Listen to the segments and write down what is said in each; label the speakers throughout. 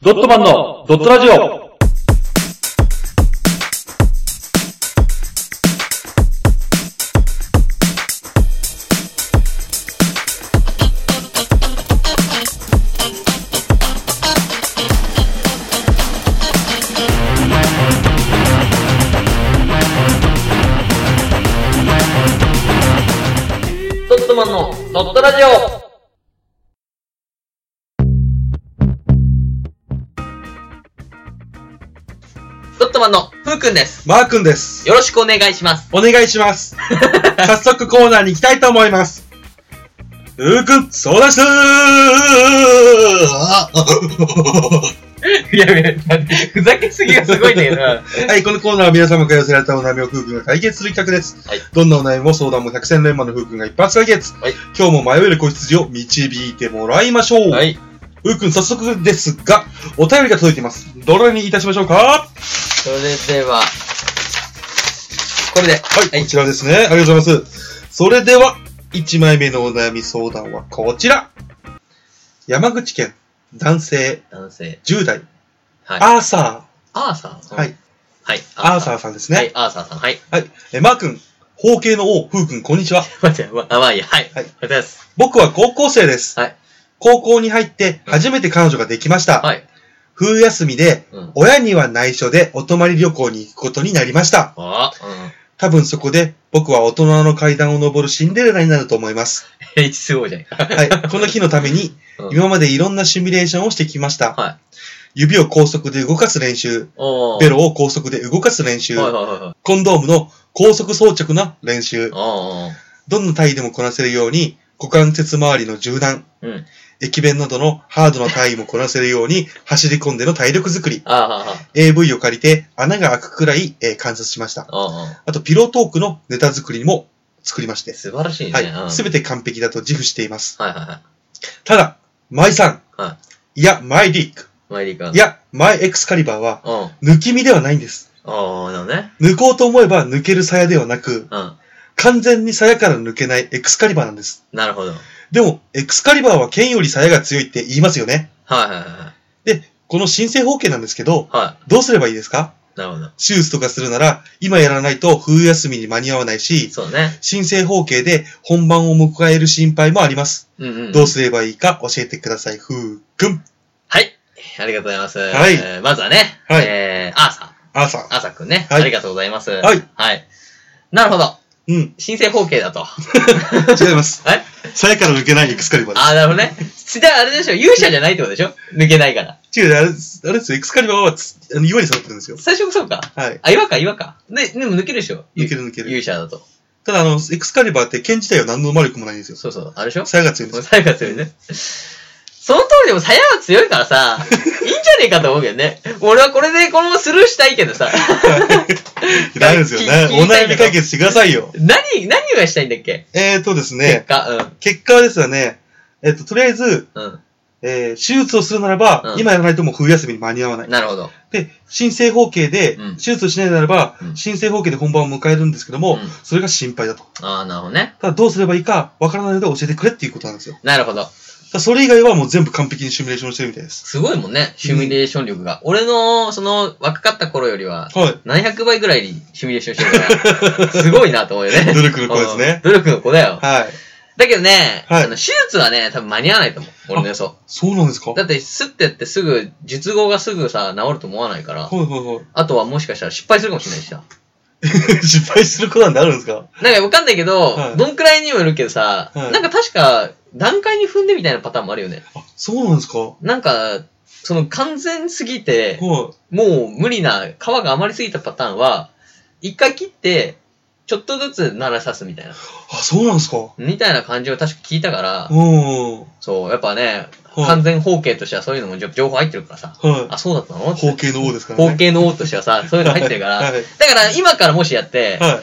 Speaker 1: ドットマンのドットラジオ
Speaker 2: ドットマンのドットラジオドットマンのふうくんです。
Speaker 3: マー君です。
Speaker 2: よろしくお願いします。
Speaker 3: お願いし ます。早速コーナーに行きたいと思います。うーくん、相談 したーあ
Speaker 2: いやいや、 ふざけすぎがすごいんだ けどな。
Speaker 3: はい、このコーナーは皆様から寄せられたお悩みを夫婦が解決する企画です。
Speaker 2: はい
Speaker 3: どんなお悩みも相談も百戦錬磨の夫婦が一発解決。
Speaker 2: はい
Speaker 3: 今日も迷える子羊を導いてもらいましょう。
Speaker 2: はい。
Speaker 3: うーくん、早速ですが、お便りが届いています。どれにいたしましょうか
Speaker 2: それでは、これで。
Speaker 3: はい、こちらですね。ありがとうございます。それでは、1枚目のお悩み相談はこちら。山口県、男性、
Speaker 2: 男性。
Speaker 3: 10代、
Speaker 2: はい。
Speaker 3: アーサ
Speaker 2: アーサーさ
Speaker 3: ー。
Speaker 2: ん。
Speaker 3: はい。、
Speaker 2: はい。
Speaker 3: アーサ
Speaker 2: ー
Speaker 3: ーさんです
Speaker 2: さん。はい
Speaker 3: ね。、
Speaker 2: アーサーさん。はい。
Speaker 3: え、マー君、方形の王、ふう君、こんにちは。
Speaker 2: 待って、まあ、まあいいや。 はい。
Speaker 3: は
Speaker 2: ありが
Speaker 3: い
Speaker 2: とうございます。
Speaker 3: 僕は高校生です。
Speaker 2: はい
Speaker 3: 高校に入って、初めて彼女ができました。
Speaker 2: はい。
Speaker 3: 冬休みで、
Speaker 2: うん。
Speaker 3: 親には内緒でお泊まり旅行に行くことになりました。
Speaker 2: あ、
Speaker 3: 多分そこで、僕は大人の階段を登るシンデレラになると思います。
Speaker 2: うん。H すごいじゃないか。
Speaker 3: はい。 この日のために
Speaker 2: うん、
Speaker 3: 今までいろんなシミュレーションをしてきました。
Speaker 2: はい
Speaker 3: 指を高速で動かす練習、
Speaker 2: おー。
Speaker 3: ベロを高速で動かす練習、
Speaker 2: はいはいはいはい。
Speaker 3: コンドームの高速装着な練習、
Speaker 2: おー。
Speaker 3: どんな体位でもこなせるように、股関節周りの柔軟、
Speaker 2: うん。
Speaker 3: 駅弁などのハードな体位もこなせるように、走り込んでの体力づくり、
Speaker 2: ああ、あ
Speaker 3: AV を借りて穴が開くくらい、えー観察しました。
Speaker 2: あ、
Speaker 3: あと、ピロートークのネタ作りも作りまして、
Speaker 2: 素晴らしいね。うん
Speaker 3: はい。すべて完璧だと自負しています。
Speaker 2: はいはいはい。
Speaker 3: ただ、マイさん、
Speaker 2: はい
Speaker 3: や、マイディック、
Speaker 2: マイリー君。
Speaker 3: いや、マイエクスカリバーは、
Speaker 2: うん。
Speaker 3: 抜き身ではないんです。
Speaker 2: ああ、なるほどね。
Speaker 3: 抜こうと思えば抜ける鞘ではなく、
Speaker 2: うん。
Speaker 3: 完全に鞘から抜けないエクスカリバーなんです。
Speaker 2: なるほど。はい
Speaker 3: でも、エクスカリバーは剣より鞘が強いって言いますよね。
Speaker 2: はいはいはい。
Speaker 3: この申請方形なんですけど、
Speaker 2: は
Speaker 3: どうすればいいですか
Speaker 2: い。なるほど。
Speaker 3: 手術とかするなら、今やらないと冬休みに間に合わないし、
Speaker 2: そうね。
Speaker 3: 申請方形で本番を迎える心配もあります。
Speaker 2: うんうん。
Speaker 3: どうすればいいか教えてください、ふうくん。
Speaker 2: はい。ありがとうございます。
Speaker 3: はい
Speaker 2: えーまずはね。
Speaker 3: はい
Speaker 2: えー、アーサ
Speaker 3: あーさ
Speaker 2: ー。アーサーくんね。
Speaker 3: はい
Speaker 2: ありがとうございます。
Speaker 3: はい。
Speaker 2: はい。なるほど。
Speaker 3: ん。 うん、
Speaker 2: 申請方形だ と。
Speaker 3: 違います。
Speaker 2: はい。
Speaker 3: 鞘から抜けないエクスカリバーです
Speaker 2: ああ、なるほどね。だからあれでしょ。勇者じゃないってことでしょ抜けないから。
Speaker 3: 違う、あれ、あれですよ、エクスカリバーはつ、あの、岩に刺さってるんですよ。
Speaker 2: 最初もそうか。
Speaker 3: はい。
Speaker 2: あ、岩か岩か。で、でも抜けるでしょ。
Speaker 3: 抜ける抜ける。
Speaker 2: 勇者だと。
Speaker 3: ただ、あの、エクスカリバーって剣自体は何の魔力もないんですよ。
Speaker 2: そうそう。あれでしょ
Speaker 3: 鞘が強いんですよ。
Speaker 2: さやが強いね。その通りでもさやが強いからさ、 いいんじゃねえかと思うけどね。俺はこれでこのままスルーしたいけどさ。
Speaker 3: ダメですよね
Speaker 2: 聞。
Speaker 3: お
Speaker 2: きたい
Speaker 3: 悩
Speaker 2: け
Speaker 3: み
Speaker 2: ど
Speaker 3: 解決してくださいよ。
Speaker 2: 何、何がしたいんだっけ
Speaker 3: えーとです
Speaker 2: 結
Speaker 3: ね、
Speaker 2: 果、うん。
Speaker 3: 結果はですね、えっと、とりあえず、
Speaker 2: うん。
Speaker 3: えー手術をするならば、
Speaker 2: うん
Speaker 3: 今やらないともう冬休みに間に合わない。
Speaker 2: なるほど。
Speaker 3: で、申請方形で、
Speaker 2: うん
Speaker 3: 手術しないならば
Speaker 2: う、ん
Speaker 3: 申請方形で本番を迎えるんですけど
Speaker 2: う
Speaker 3: も
Speaker 2: ん、
Speaker 3: それが心配だと。
Speaker 2: ああ、なるほどね。
Speaker 3: ただ、どうすればいいか、わからないので教えてくれっていうことなんですよ。
Speaker 2: なるほど。
Speaker 3: ただそれ以外はもう全部完璧にシミュレーションしてるみたいです。
Speaker 2: すごいもんね、シミュレーション力が。俺の、その、若かった頃よりは、
Speaker 3: はい。
Speaker 2: 700倍ぐらいにシミュレーションしてるから、すごいなと思うよね。
Speaker 3: 努力の子ですね
Speaker 2: うん努力の子だよ。
Speaker 3: はい。
Speaker 2: だけどね、
Speaker 3: はい
Speaker 2: あの手術はね、多分間に合わないと思う。俺の予想。
Speaker 3: そうなんですか
Speaker 2: だって、スってやってすぐ、術後がすぐさ、治ると思わないから、
Speaker 3: はいはいは
Speaker 2: あとはもしかしたら失敗するかもしれないしさ。
Speaker 3: い。 失敗することなんてあるんですか
Speaker 2: なんかわかんないけど、
Speaker 3: はい
Speaker 2: どんくらいにもよるけどさ、
Speaker 3: はい
Speaker 2: なんか確か、段階に踏んでみたいなパターンもあるよね。
Speaker 3: あ、そうなんですかは
Speaker 2: なんか、その完全すぎて、
Speaker 3: い。
Speaker 2: もう無理な、皮が余りすぎたパターンは、一回切って、ちょっとずつ鳴らさすみたいな、
Speaker 3: あ、そうなんですか
Speaker 2: みたいな感じを確か聞いたから
Speaker 3: う、ん。
Speaker 2: そう、やっぱね、
Speaker 3: はい
Speaker 2: 完全包茎としてはそういうのも情報入ってるからさ、
Speaker 3: は
Speaker 2: あ、そうだったの
Speaker 3: い。方形の王ですからね。
Speaker 2: 包茎の王としてはさ、そういうの入ってるから、
Speaker 3: はいはい
Speaker 2: だから今からもしやって、
Speaker 3: は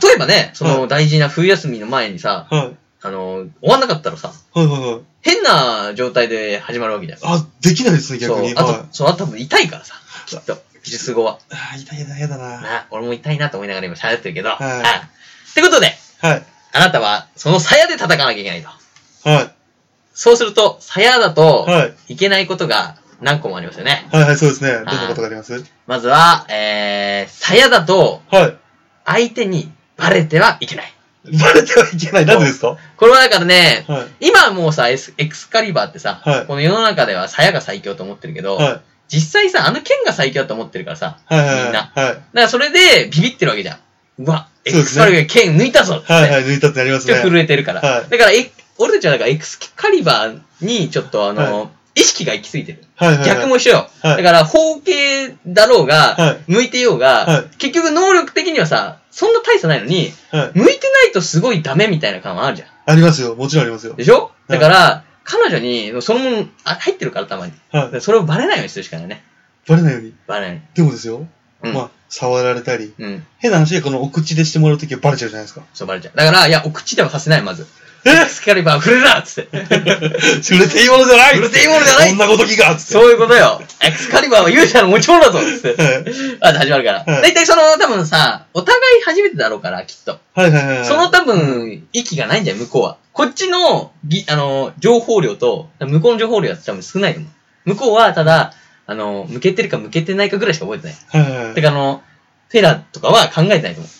Speaker 3: い。
Speaker 2: 例えばね、そ
Speaker 3: は
Speaker 2: の大事な冬休みの前にさ、
Speaker 3: はい。
Speaker 2: あの、終わんなかったらさ、
Speaker 3: はいはいはい。
Speaker 2: 変な状態で始まるわけじゃん。
Speaker 3: あ、できないですね、
Speaker 2: そ
Speaker 3: 逆
Speaker 2: う
Speaker 3: に。、
Speaker 2: あと、
Speaker 3: は
Speaker 2: そう、あと多分痛いからさ、きっと、術後は。
Speaker 3: い。あ、痛い痛い嫌だな。
Speaker 2: な、俺も痛いなと思いながら今喋ってるけど、
Speaker 3: はい
Speaker 2: あってことで、
Speaker 3: はい。
Speaker 2: あなたはその鞘で戦わなきゃいけないと。
Speaker 3: は
Speaker 2: そうすると、鞘だ
Speaker 3: い。は
Speaker 2: と
Speaker 3: い。
Speaker 2: いけないことが何個もありますよね。
Speaker 3: はいはい、そうですね。どんなことがありますはい。
Speaker 2: まずは、えー、鞘だと、相手にバレてはいけない。
Speaker 3: バレてはいけない。なんでですか
Speaker 2: これはだからね、
Speaker 3: はい。
Speaker 2: 今もうさ、エスエクスカリバーってさ、
Speaker 3: はい
Speaker 2: この世の中では鞘が最強と思ってるけど、
Speaker 3: はい。
Speaker 2: 実際さ、あの剣が最強だと思ってるからさ、
Speaker 3: はいはい
Speaker 2: みんな
Speaker 3: はい。
Speaker 2: だからそれでビビってるわけじゃん。うわ、エ
Speaker 3: そう
Speaker 2: ク
Speaker 3: です
Speaker 2: ス
Speaker 3: ね
Speaker 2: カリバーが剣抜いたぞって、
Speaker 3: はいはい、抜いたってなります
Speaker 2: ちょ
Speaker 3: ね。
Speaker 2: っと震えてるから。
Speaker 3: はい
Speaker 2: だから、え俺たちはだからエクスカリバーにちょっとあの、
Speaker 3: は
Speaker 2: 意識が行き過ぎてる。
Speaker 3: はいはい。
Speaker 2: 逆。も一緒よ。
Speaker 3: は
Speaker 2: だ
Speaker 3: い
Speaker 2: から、方形だろうが、
Speaker 3: はい
Speaker 2: 向いてようが、
Speaker 3: はい
Speaker 2: 結局能力的にはさ、そんな大差ないのに、
Speaker 3: はい。
Speaker 2: 向いてないとすごいダメみたいな感はあるじゃん。
Speaker 3: ありますよ。もちろんありますよ
Speaker 2: で。しょ
Speaker 3: い
Speaker 2: だから、彼女に、そのもの、あ入ってるからたまに。だか
Speaker 3: はい。
Speaker 2: らそれをバレないようにするしかないね。
Speaker 3: バレないように。
Speaker 2: バレない。
Speaker 3: でもですよ。
Speaker 2: うん。
Speaker 3: まあ、触られたり。
Speaker 2: うん。
Speaker 3: 変な話で、このお口でしてもらうときはバレちゃうじゃないですか。
Speaker 2: そう、バレちゃう。だから、いや、お口ではさせない、まず。
Speaker 3: え
Speaker 2: スカリバー、触れるなっつ って。
Speaker 3: 触れていいものじゃない
Speaker 2: 触れていいものじゃない
Speaker 3: こんなこときがつって。
Speaker 2: そういうことよ。エクスカリバーは勇者の持ち物だぞつって。
Speaker 3: はい
Speaker 2: あ、始まるから。
Speaker 3: はい
Speaker 2: だいたいその、多分さ、お互い初めてだろうから、きっと。
Speaker 3: はいはいはいはい。
Speaker 2: その多分、息がないんだよ、向こうは。こっちの、ぎ、あの、情報量と、向こうの情報量は多分少ないと思う。向こうは、ただ、あの、向けてるか向けてないかぐらいしか覚えてない。
Speaker 3: はいはいはい。
Speaker 2: て
Speaker 3: 考
Speaker 2: か、あの、フェラとかは考えてないと思う。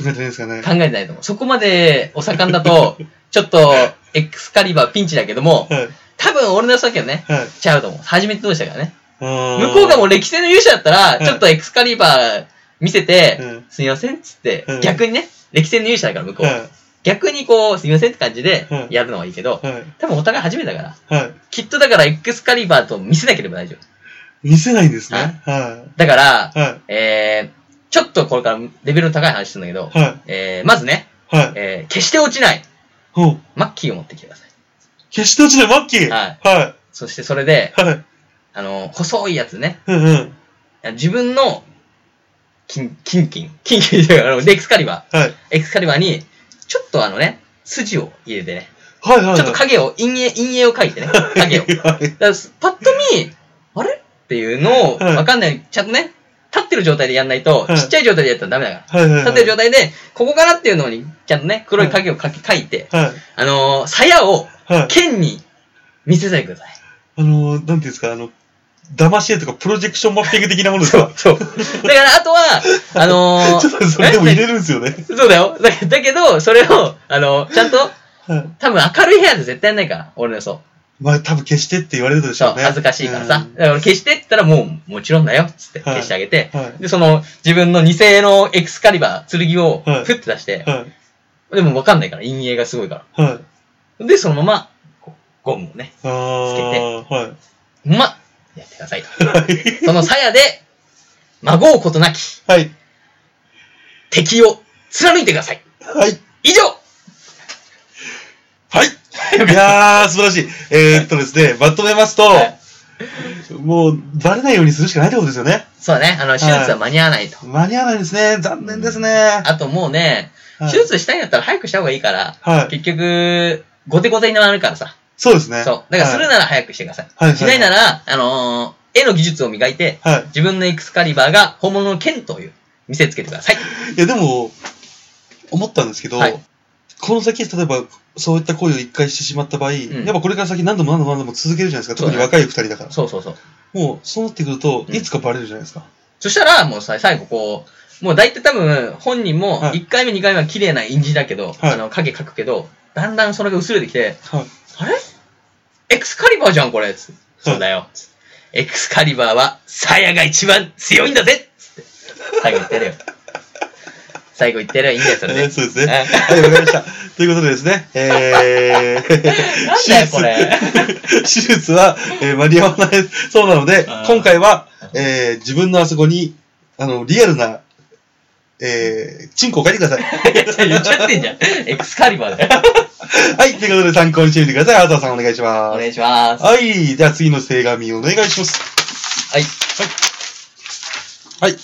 Speaker 3: えてないですかね。
Speaker 2: 考えてないと思う。そこまで、お盛んだ と、ちょっと、エクスカリバーピンチだけども、
Speaker 3: はい。
Speaker 2: 多分俺の予想だけどね、
Speaker 3: はい。
Speaker 2: ちゃうと思う。初めてどうしたからね。向
Speaker 3: 向
Speaker 2: こうがもう歴戦の勇者だった
Speaker 3: う
Speaker 2: ら、
Speaker 3: ん
Speaker 2: ちょっとエクスカリバー見せて、
Speaker 3: うん
Speaker 2: すみませんっつって、
Speaker 3: うん
Speaker 2: 逆にね、歴戦の勇者だから向こうは、
Speaker 3: は
Speaker 2: 逆にこう、すみませんって感じで
Speaker 3: うん
Speaker 2: やるのはいいけど、
Speaker 3: い。はい。
Speaker 2: 多分お互い初めてだから、
Speaker 3: はい。
Speaker 2: きっとだからエクスカリバーと見せなければ大丈夫。
Speaker 3: 見せないんですね。は
Speaker 2: だから
Speaker 3: い。、はい。
Speaker 2: えー、ちょっとこれからレベルの高い話するんだけど、
Speaker 3: はい。
Speaker 2: えー、まずね、
Speaker 3: はい。
Speaker 2: えー、決して落ちない、
Speaker 3: ほう。
Speaker 2: マッキーを持ってきてください。
Speaker 3: 決して落ちない、マッキー。
Speaker 2: はい
Speaker 3: は
Speaker 2: そしてそれで、
Speaker 3: い。はい。
Speaker 2: あの、細いやつね、
Speaker 3: うんうん。
Speaker 2: 自分の、金、金金、金金だから、エクスカリバー。
Speaker 3: はい。
Speaker 2: エクスカリバーに、ちょっとあのね、筋を入れてね、
Speaker 3: はいはいはい。
Speaker 2: ちょっと影を、陰影、陰影を描いてね、影を。だか
Speaker 3: はい。
Speaker 2: らすパッと見、あれっていうのを、
Speaker 3: はい
Speaker 2: わかんない、ちゃんとね、立ってる状態でやんないと、
Speaker 3: はい
Speaker 2: ちっちゃい状態でやったらダメだか
Speaker 3: はいはいは
Speaker 2: ら。
Speaker 3: い。
Speaker 2: 立ってる状態で、ここからっていうのに、ちゃんとね、黒い影を描き描いて、
Speaker 3: はい。
Speaker 2: あのー、鞘を、
Speaker 3: はい。
Speaker 2: 剣に見せてください。
Speaker 3: あのー、なんていうんですか、あの、騙し絵とかプロジェクションマッピング的なものですか
Speaker 2: そう。 だから、あとは、あのー、
Speaker 3: ちょっとそれでも入れるんですよね。
Speaker 2: そうだよ。だけだけど、それを、あのー、ちゃんと、
Speaker 3: はい。
Speaker 2: 多分明るい部屋で絶対ないから、俺の予想。
Speaker 3: まあ多分消してって言われるでし
Speaker 2: そう
Speaker 3: ょうね。
Speaker 2: 恥ずかしいからさ
Speaker 3: う。ん
Speaker 2: だから消してって言ったらもう、もちろんだよ、つって
Speaker 3: はい
Speaker 2: 消してあげて。
Speaker 3: はい。
Speaker 2: で、その、自分の偽のエクスカリバー、剣を
Speaker 3: はい、
Speaker 2: ふって出して、
Speaker 3: はい。
Speaker 2: でもわかんないから、陰影がすごいか
Speaker 3: はい。
Speaker 2: ら。で、そのまま、こうゴムをね、
Speaker 3: ああー、はい。
Speaker 2: うまっやってくださいと。その鞘で、孫うことなき
Speaker 3: はい。
Speaker 2: 敵を貫いてください。
Speaker 3: はい。
Speaker 2: 以上
Speaker 3: はい。いやー、素晴らしい。えー、っとですね、まとめますと、
Speaker 2: はい
Speaker 3: もう、バレないようにするしかないってことですよね。
Speaker 2: そうだね、あの、手術は間に合わないと。
Speaker 3: 間に合わないですね。残念ですね。
Speaker 2: あともうね、
Speaker 3: はい
Speaker 2: 手術したいんだったら早くした方がいいから、
Speaker 3: はい。
Speaker 2: 結局、ごてごてになるからさ。
Speaker 3: そうですね。
Speaker 2: そう。だからする
Speaker 3: はい
Speaker 2: なら早くしてください。
Speaker 3: はいはい
Speaker 2: しないなら、あのー絵の技術を磨いて、
Speaker 3: はい。
Speaker 2: 自分のエクスカリバーが本物の剣という見せつけてください。
Speaker 3: いや、でも、思ったんですけど、
Speaker 2: はい
Speaker 3: この先、例えば、そういった行為を一回してしまった場合、やっぱこれから先何度も何度も何度も続けるじゃないですか。
Speaker 2: そうだ
Speaker 3: 特
Speaker 2: ね
Speaker 3: に若い二人だから。
Speaker 2: そうそうそう。
Speaker 3: もう、そうなってくると、
Speaker 2: うん
Speaker 3: いつかバレるじゃないですか。
Speaker 2: そしたら、もうさ、最後こう、もう大体多分、本人も、
Speaker 3: はい
Speaker 2: 1回目、2回目は綺麗な印字だけど、
Speaker 3: はい
Speaker 2: あの、影描くけど、だんだんそれが薄れてきて、
Speaker 3: はい。
Speaker 2: あれエクスカリバーじゃん、これつってそうだよ。つってエクスカリバーは、鞘が一番強いんだぜつって最後言ってるよ。最後言ってるよ、いいんだよ、それ
Speaker 3: えー
Speaker 2: で。
Speaker 3: そうですね。
Speaker 2: え
Speaker 3: はい、わかりました。 ということでですね、えー、
Speaker 2: なんだよ、これ。
Speaker 3: 手術 は、えー間に合わないそうなので
Speaker 2: あ、ー
Speaker 3: 今回は、えー自分のあそこに、あの、リアルな、えー、チンコを書いてくだ さい。
Speaker 2: 言っちゃってんじゃん。エクスカリバーだよ。
Speaker 3: はい、ということで参考にしてみてください。あなたさんお願いし
Speaker 2: お
Speaker 3: ます。
Speaker 2: 願いします。
Speaker 3: はい。では次の手紙をお願いします。
Speaker 2: はい。
Speaker 3: はい。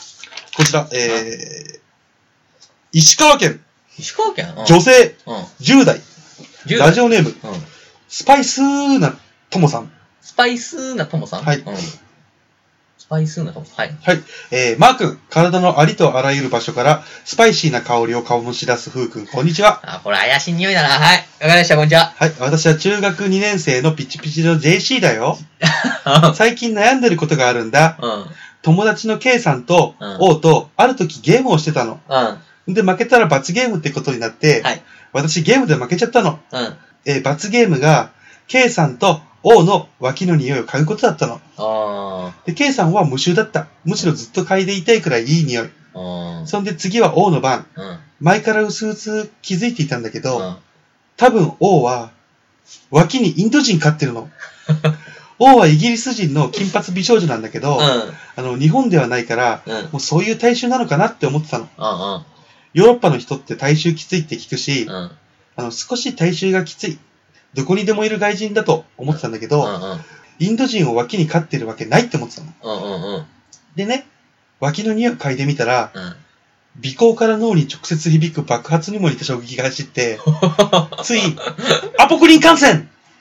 Speaker 3: こちら、えー、石川県
Speaker 2: 石川県うん
Speaker 3: 女性
Speaker 2: うん。
Speaker 3: 10代、
Speaker 2: 10
Speaker 3: ラジオネーム、
Speaker 2: うん。
Speaker 3: スパイスーなともさん。
Speaker 2: スパイスなともさん
Speaker 3: はい
Speaker 2: うん。
Speaker 3: ス
Speaker 2: パイするのかも。はい。
Speaker 3: えーマー君、体のありとあらゆる場所から、スパイシーな香りを醸し出す風君、こんにちは。
Speaker 2: あ、これ怪しい匂いだな。はい。わかりました、こんにちは。
Speaker 3: はい、私は中学2年生のピチピチの JC だよ。最近悩んでることがあるんだ。
Speaker 2: うん。うん。
Speaker 3: 友達の K さんと
Speaker 2: うん
Speaker 3: O と、ある時ゲームをしてたの。
Speaker 2: うん。
Speaker 3: で、負けたら罰ゲームってことになって、
Speaker 2: はい
Speaker 3: 私ゲームで負けちゃったの。
Speaker 2: うん。
Speaker 3: えー罰ゲームが、K さんと O の脇の匂いを嗅ぐことだったの。
Speaker 2: あ
Speaker 3: で、K さんは無臭だった。むしろずっと嗅いでいたいくらいいい匂い。
Speaker 2: ー。うん。
Speaker 3: そんで次は O の番。
Speaker 2: うん。
Speaker 3: 前からうすうす気づいていたんだけど、
Speaker 2: うん。
Speaker 3: 多分 O は、脇にインド人飼って るの。O はイギリス人の金髪美少女なんだけど、あ
Speaker 2: う
Speaker 3: の、日本ではないから、
Speaker 2: ん。うん。うん。
Speaker 3: もうそういう体臭なのかなって思ってたの。
Speaker 2: うん。
Speaker 3: ヨーロッパの人って体臭きついって聞くし、
Speaker 2: うん。うん。
Speaker 3: あの、少し体臭がきつい。どこにでもいる外人だと思ってたんだけど、インド人を脇に飼ってるわけないって思ってたの。
Speaker 2: うん。うん。うん。
Speaker 3: でね、脇の匂い嗅いでみたら、
Speaker 2: うん。
Speaker 3: 鼻孔から脳に直接響く爆発にも似た衝撃が走って、つい、アポクリン感染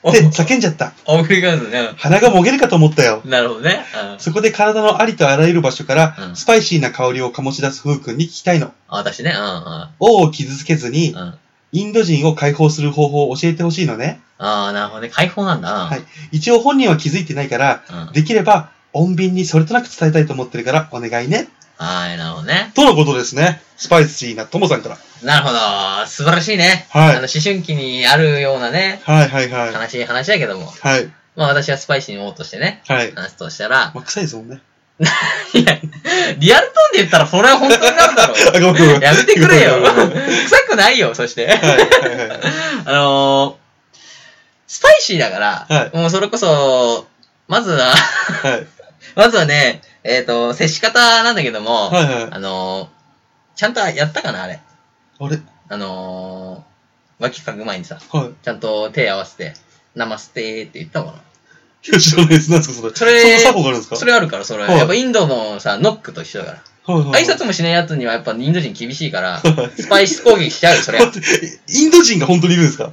Speaker 3: って叫んじゃった。
Speaker 2: お送り返すね。
Speaker 3: 鼻がもげるかと思ったよ。
Speaker 2: なるほどね。うん。
Speaker 3: そこで体のありとあらゆる場所から、
Speaker 2: うん
Speaker 3: スパイシーな香りを醸し出す風君に聞きたいの。
Speaker 2: あ私ね。うん。うん。
Speaker 3: 王を傷つけずに
Speaker 2: う、ん。
Speaker 3: インド人を解放する方法を教えてほしいのね。
Speaker 2: ああ、なるほどね。解放なんだ。
Speaker 3: はい一応本人は気づいてないから、
Speaker 2: うん。
Speaker 3: できれば、穏便にそれとなく伝えたいと思ってるから、お願いね。
Speaker 2: はい、なるほどね。
Speaker 3: とのことですね。スパイシーなともさんから。
Speaker 2: なるほど。素晴らしいね。
Speaker 3: はい
Speaker 2: あの、思春期にあるようなね、
Speaker 3: はいはいはい。
Speaker 2: 悲しい話だけども。
Speaker 3: はい。
Speaker 2: まあ私はスパイシーに王としてね、
Speaker 3: はい。
Speaker 2: 話すとしたら、
Speaker 3: まあ、臭いですもんね。
Speaker 2: いや、リアルトーンで言ったらそれは本当になるだろ
Speaker 3: あ、ごめんごめ
Speaker 2: う。
Speaker 3: ん。
Speaker 2: やめてくれよ
Speaker 3: ごめんごめんごめん。
Speaker 2: 臭くないよ、そして。
Speaker 3: はいはいはい。
Speaker 2: あのー、スパイシーだから、
Speaker 3: はい
Speaker 2: もうそれこそ、まずは、
Speaker 3: はい。
Speaker 2: まずはね、えっ、と、接し方なんだけども、
Speaker 3: はいはい。
Speaker 2: あのー、ちゃんとやったかな、あれ。
Speaker 3: あれ
Speaker 2: あのー、脇かぐ前にさ、
Speaker 3: はい。
Speaker 2: ちゃんと手合わせて、ナマステーって言ったもの。
Speaker 3: 知らないです。何ですかそれ。
Speaker 2: それ
Speaker 3: その作法があるんですか
Speaker 2: それあるから、それ。
Speaker 3: はい
Speaker 2: やっぱインドのさ、ノックと一緒だから。
Speaker 3: はいはいはい
Speaker 2: 挨拶もしない奴にはやっぱインド人厳しい から、スパイス攻撃しちゃうよ、それ。あ
Speaker 3: 待って、インド人が本当にいるんですか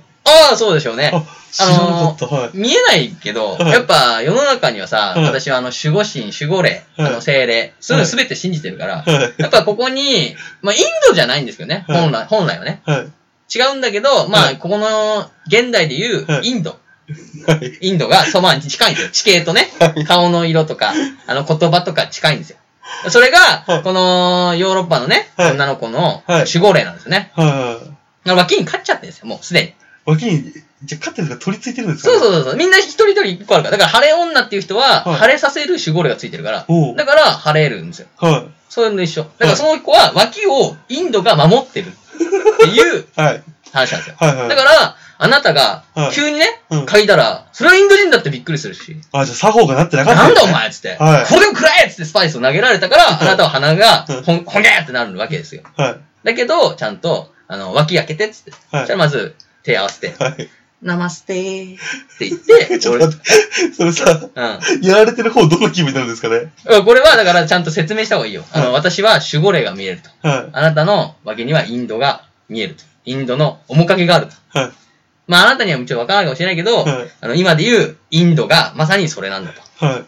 Speaker 2: あ、そうでしょうね。
Speaker 3: あ、知らなかった。はい。
Speaker 2: 見えないけど、
Speaker 3: はい
Speaker 2: やっぱ世の中にはさ、
Speaker 3: はい
Speaker 2: 私はあの守護神、守護霊、
Speaker 3: はい
Speaker 2: あの精霊、そういうの全て信じてるから、やっぱここに、まあインドじゃないんですけどね、
Speaker 3: はい
Speaker 2: 本来、本来はね。
Speaker 3: はい。
Speaker 2: 違うんだけど、ま
Speaker 3: は
Speaker 2: あここの現代でいう
Speaker 3: はい
Speaker 2: インド、
Speaker 3: はい。
Speaker 2: インドがそばに近いんですよ。地形とね、顔の色 とか、あの言葉とか近いんですよ。それ
Speaker 3: は
Speaker 2: が、
Speaker 3: い
Speaker 2: このヨーロッパのね、
Speaker 3: はい
Speaker 2: 女の子の
Speaker 3: はい
Speaker 2: 守護霊なんですよね。
Speaker 3: はい。
Speaker 2: 脇に勝っちゃってるんですよ、もうすでに。
Speaker 3: 脇に、じゃあ飼ってるのが取り付いてるんですか
Speaker 2: そうそうそうそう。みんな一人一人一個あるから。だから、晴れ女っていう人は、
Speaker 3: はい
Speaker 2: 晴れさせる守護霊がついてるから。
Speaker 3: おう
Speaker 2: だから、晴れるんですよ。
Speaker 3: は
Speaker 2: それの一緒。だから、その子は脇をインドが守ってるっていう
Speaker 3: い。はい。
Speaker 2: 話なんですよ。
Speaker 3: はいはい。
Speaker 2: だから、あなたが
Speaker 3: は、い
Speaker 2: 急にね、
Speaker 3: うん
Speaker 2: 嗅いだら、それはインド人だってびっくりするし、
Speaker 3: あ、じゃあ作法がなってなかった。
Speaker 2: なんだお前っつって、
Speaker 3: はい
Speaker 2: これを食らえっつってスパイスを投げられたから、あなたは鼻が、
Speaker 3: うん
Speaker 2: ほん、ほにゃーってなるわけですよ。
Speaker 3: はい。
Speaker 2: だけど、ちゃんと、あの、脇開けてっつって。
Speaker 3: は
Speaker 2: じゃあ、
Speaker 3: い。
Speaker 2: まず、手合わせて、
Speaker 3: はい。
Speaker 2: ナマステーって言って、
Speaker 3: ちょっと待って。それさ、
Speaker 2: 俺うん。
Speaker 3: やられてる方どの気分になるんですかね
Speaker 2: うんこれはだからちゃんと説明した方がいいよ。あの、
Speaker 3: はい
Speaker 2: 私は守護霊が見えると。
Speaker 3: は
Speaker 2: あなたのわけにはインドが見えると。インドの面影があると。
Speaker 3: い。はい。
Speaker 2: まああなたにはちょっとわからないかもしれないけど、
Speaker 3: はい
Speaker 2: あの、今で言うインドがまさにそれなんだと。だ
Speaker 3: はい。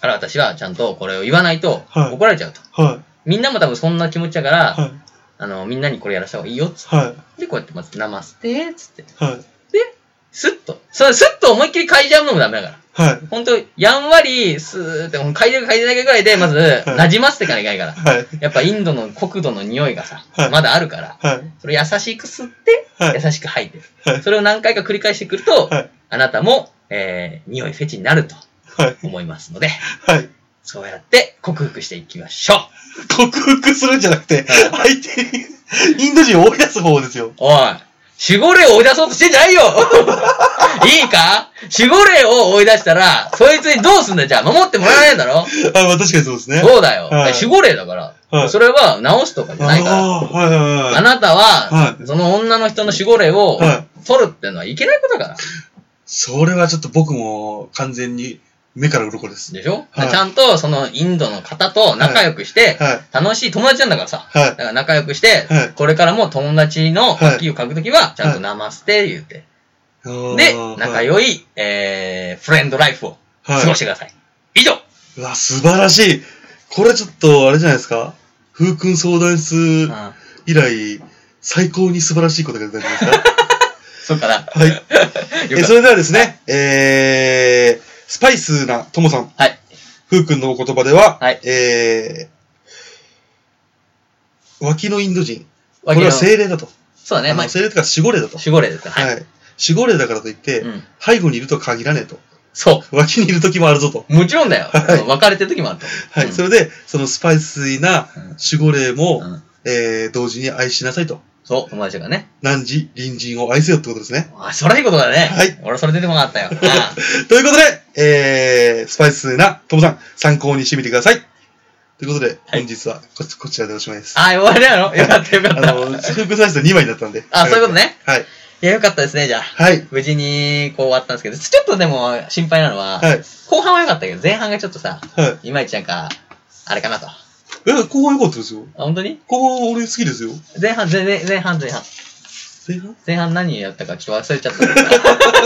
Speaker 2: から私はちゃんとこれを言わないと
Speaker 3: はい
Speaker 2: 怒られちゃうと。
Speaker 3: はい。
Speaker 2: みんなも多分そんな気持ちだから、
Speaker 3: はい。
Speaker 2: あの、みんなにこれやらせた方がいいよっつっ
Speaker 3: はい。
Speaker 2: て、でこうやってまず、ナマステーっつって、
Speaker 3: はい。
Speaker 2: スッと。それスッと思いっきり嗅いじゃうのもダメだから。
Speaker 3: はい。
Speaker 2: ほんと、やんわり、スーって、もう嗅いでるか嗅いでないかぐらいで、まず、馴染ませていかなきゃいけないから。
Speaker 3: はい。
Speaker 2: やっぱインドの国土の匂いがさ、
Speaker 3: はい
Speaker 2: まだあるから、
Speaker 3: はい。
Speaker 2: それ優しく吸って、
Speaker 3: はい。
Speaker 2: 優しく吐いてる。
Speaker 3: はい
Speaker 2: それを何回か繰り返してくると、
Speaker 3: はい
Speaker 2: あなたも、えー、匂いフェチになると
Speaker 3: はい。
Speaker 2: 思いますので、
Speaker 3: はい。
Speaker 2: そうやって克服していきましょう。
Speaker 3: 克服するんじゃなくて、相
Speaker 2: は
Speaker 3: 手に、インド人を追い出す方ですよ。
Speaker 2: おい守護霊を追い出そうとしてんじゃないよ いいか守護霊を追い出したら、そいつにどうすんだよじゃあ、守ってもらえないんだろ
Speaker 3: あ、まあ確かにそうですね。
Speaker 2: そうだよ。
Speaker 3: はい
Speaker 2: 守護霊だから、
Speaker 3: はい
Speaker 2: それは直すとかじゃないから。
Speaker 3: ああー、はいはいはい。
Speaker 2: あなたは、
Speaker 3: はい
Speaker 2: その女の人の守護霊を
Speaker 3: は
Speaker 2: 取るってのはいけないことだから。
Speaker 3: それはちょっと僕も完全に目から鱗です。
Speaker 2: でしょ、
Speaker 3: はい
Speaker 2: ちゃんとそのインドの方と仲良くして、
Speaker 3: はい。
Speaker 2: 楽しい友達なんだからさ。
Speaker 3: は
Speaker 2: だ
Speaker 3: い。
Speaker 2: から仲良くして、
Speaker 3: はい
Speaker 2: これからも友達の
Speaker 3: はい
Speaker 2: 脇を書くときは、ちゃんとナマステ言って。
Speaker 3: あー
Speaker 2: で、仲
Speaker 3: はい
Speaker 2: 良い、えー、フレンドライフを過
Speaker 3: はい
Speaker 2: ごしてください。以上
Speaker 3: うわ、素晴らしい。これちょっと、あれじゃないですか。風君相談室
Speaker 2: うん。
Speaker 3: 以来、最高に素晴らしいことが出たんじゃ ないですか。
Speaker 2: そうかな。
Speaker 3: はい。
Speaker 2: よ
Speaker 3: え、
Speaker 2: か
Speaker 3: それではですね、えー、スパイスなともさん。
Speaker 2: はい。
Speaker 3: ふうくんのお言葉では、
Speaker 2: はい
Speaker 3: えー、脇のインド人。こ
Speaker 2: 脇の
Speaker 3: れは精霊だと。
Speaker 2: そうだね。
Speaker 3: あの
Speaker 2: まあ、
Speaker 3: 精霊というか守護霊だと。
Speaker 2: 守護霊ですね。はい。
Speaker 3: はい。守護霊だからといって、
Speaker 2: うん。
Speaker 3: 背後にいるとは限らねえと。
Speaker 2: そ
Speaker 3: 脇にいる時もあるぞと。
Speaker 2: う。もちろんだよ。
Speaker 3: はい
Speaker 2: そう別れてる時もあると。
Speaker 3: はい。
Speaker 2: うん
Speaker 3: それで、そのスパイシーな守護霊も、
Speaker 2: うん。
Speaker 3: えー、同時に愛しなさいと。
Speaker 2: そう、友達がね。
Speaker 3: 何時、隣人を愛せよってことですね。
Speaker 2: あ、それいいことだね。
Speaker 3: はい。
Speaker 2: 俺それ出てこなかったよ。あ
Speaker 3: ということで、えー、スパイシーなともさん、参考にしてみてください。ということで、
Speaker 2: はい
Speaker 3: 本日はここちらでおしまいです。
Speaker 2: あ、あ終わり なのよかったよか
Speaker 3: あ
Speaker 2: った。い
Speaker 3: の、福君サイズ2枚になったんで。
Speaker 2: あそういうことね。
Speaker 3: はい。
Speaker 2: や、よかったですね、じゃあ。
Speaker 3: はい。
Speaker 2: 無事にこう終わったんですけど、ちょっとでも心配なのは、
Speaker 3: はい。
Speaker 2: 後半は良かったけど、前半がちょっとさ、
Speaker 3: はい。
Speaker 2: いまいちなんか、あれかなと。あ、
Speaker 3: え、後半良かったですよ。
Speaker 2: 本当に
Speaker 3: 後半俺好きですよ。
Speaker 2: 前半、前前前半、前半。
Speaker 3: 前半
Speaker 2: 前半何やったかちょっと忘れちゃったんだ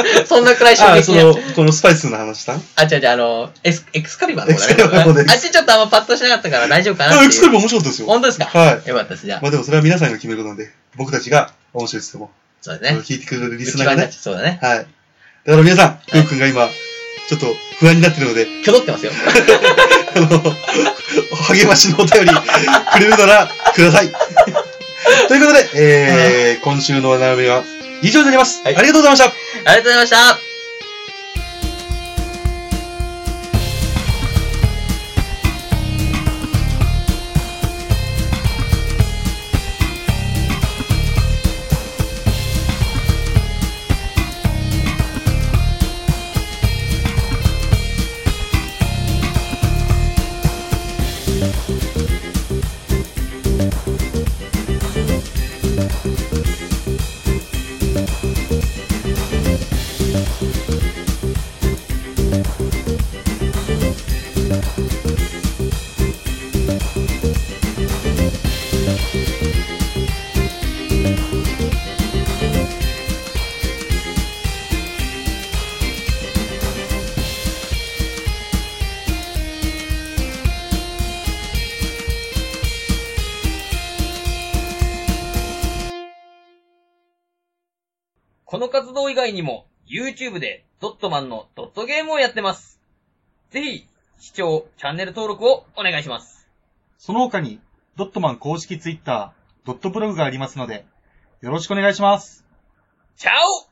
Speaker 2: け ど。そんなくらい衝
Speaker 3: あ、
Speaker 2: 撃
Speaker 3: そ
Speaker 2: に
Speaker 3: の、このスパイスの話した
Speaker 2: あ、違う違う、あの、エスエクスカリバーの方
Speaker 3: エクスカリバーの方
Speaker 2: だ
Speaker 3: で
Speaker 2: ね。あっちちょっとあんまパッとしなかったから大丈夫かなっ
Speaker 3: あ、
Speaker 2: て
Speaker 3: エクスト
Speaker 2: いう。
Speaker 3: リも面白かったですよ。
Speaker 2: 本当ですか
Speaker 3: はい。
Speaker 2: よかったです、じゃあ
Speaker 3: ま。あでもそれは皆さんが決めることなんで、僕たちが面白いですよ。も
Speaker 2: そう
Speaker 3: う
Speaker 2: ですね。
Speaker 3: 聞いてくれるリス
Speaker 2: 一
Speaker 3: ナーが
Speaker 2: 番た
Speaker 3: ね
Speaker 2: ち。そうだね。
Speaker 3: はい。だから皆さん、ふうくんが今、ちょっと不安になってるので、
Speaker 2: 挙動ってますよ。
Speaker 3: あの、励ましのお便りくれるならください。 ということで、えー、今週のお悩みは以上になります。
Speaker 2: はい
Speaker 3: ありがとうございました。
Speaker 2: ありがとうございました。この活動以外にも、YouTube でドットマンのドットゲームをやってます。ぜひ、視聴、チャンネル登録をお願いします。
Speaker 4: その他に、ドットマン公式ツイッター、ドットブログがありますので、よろしくお願いします。
Speaker 2: チャオ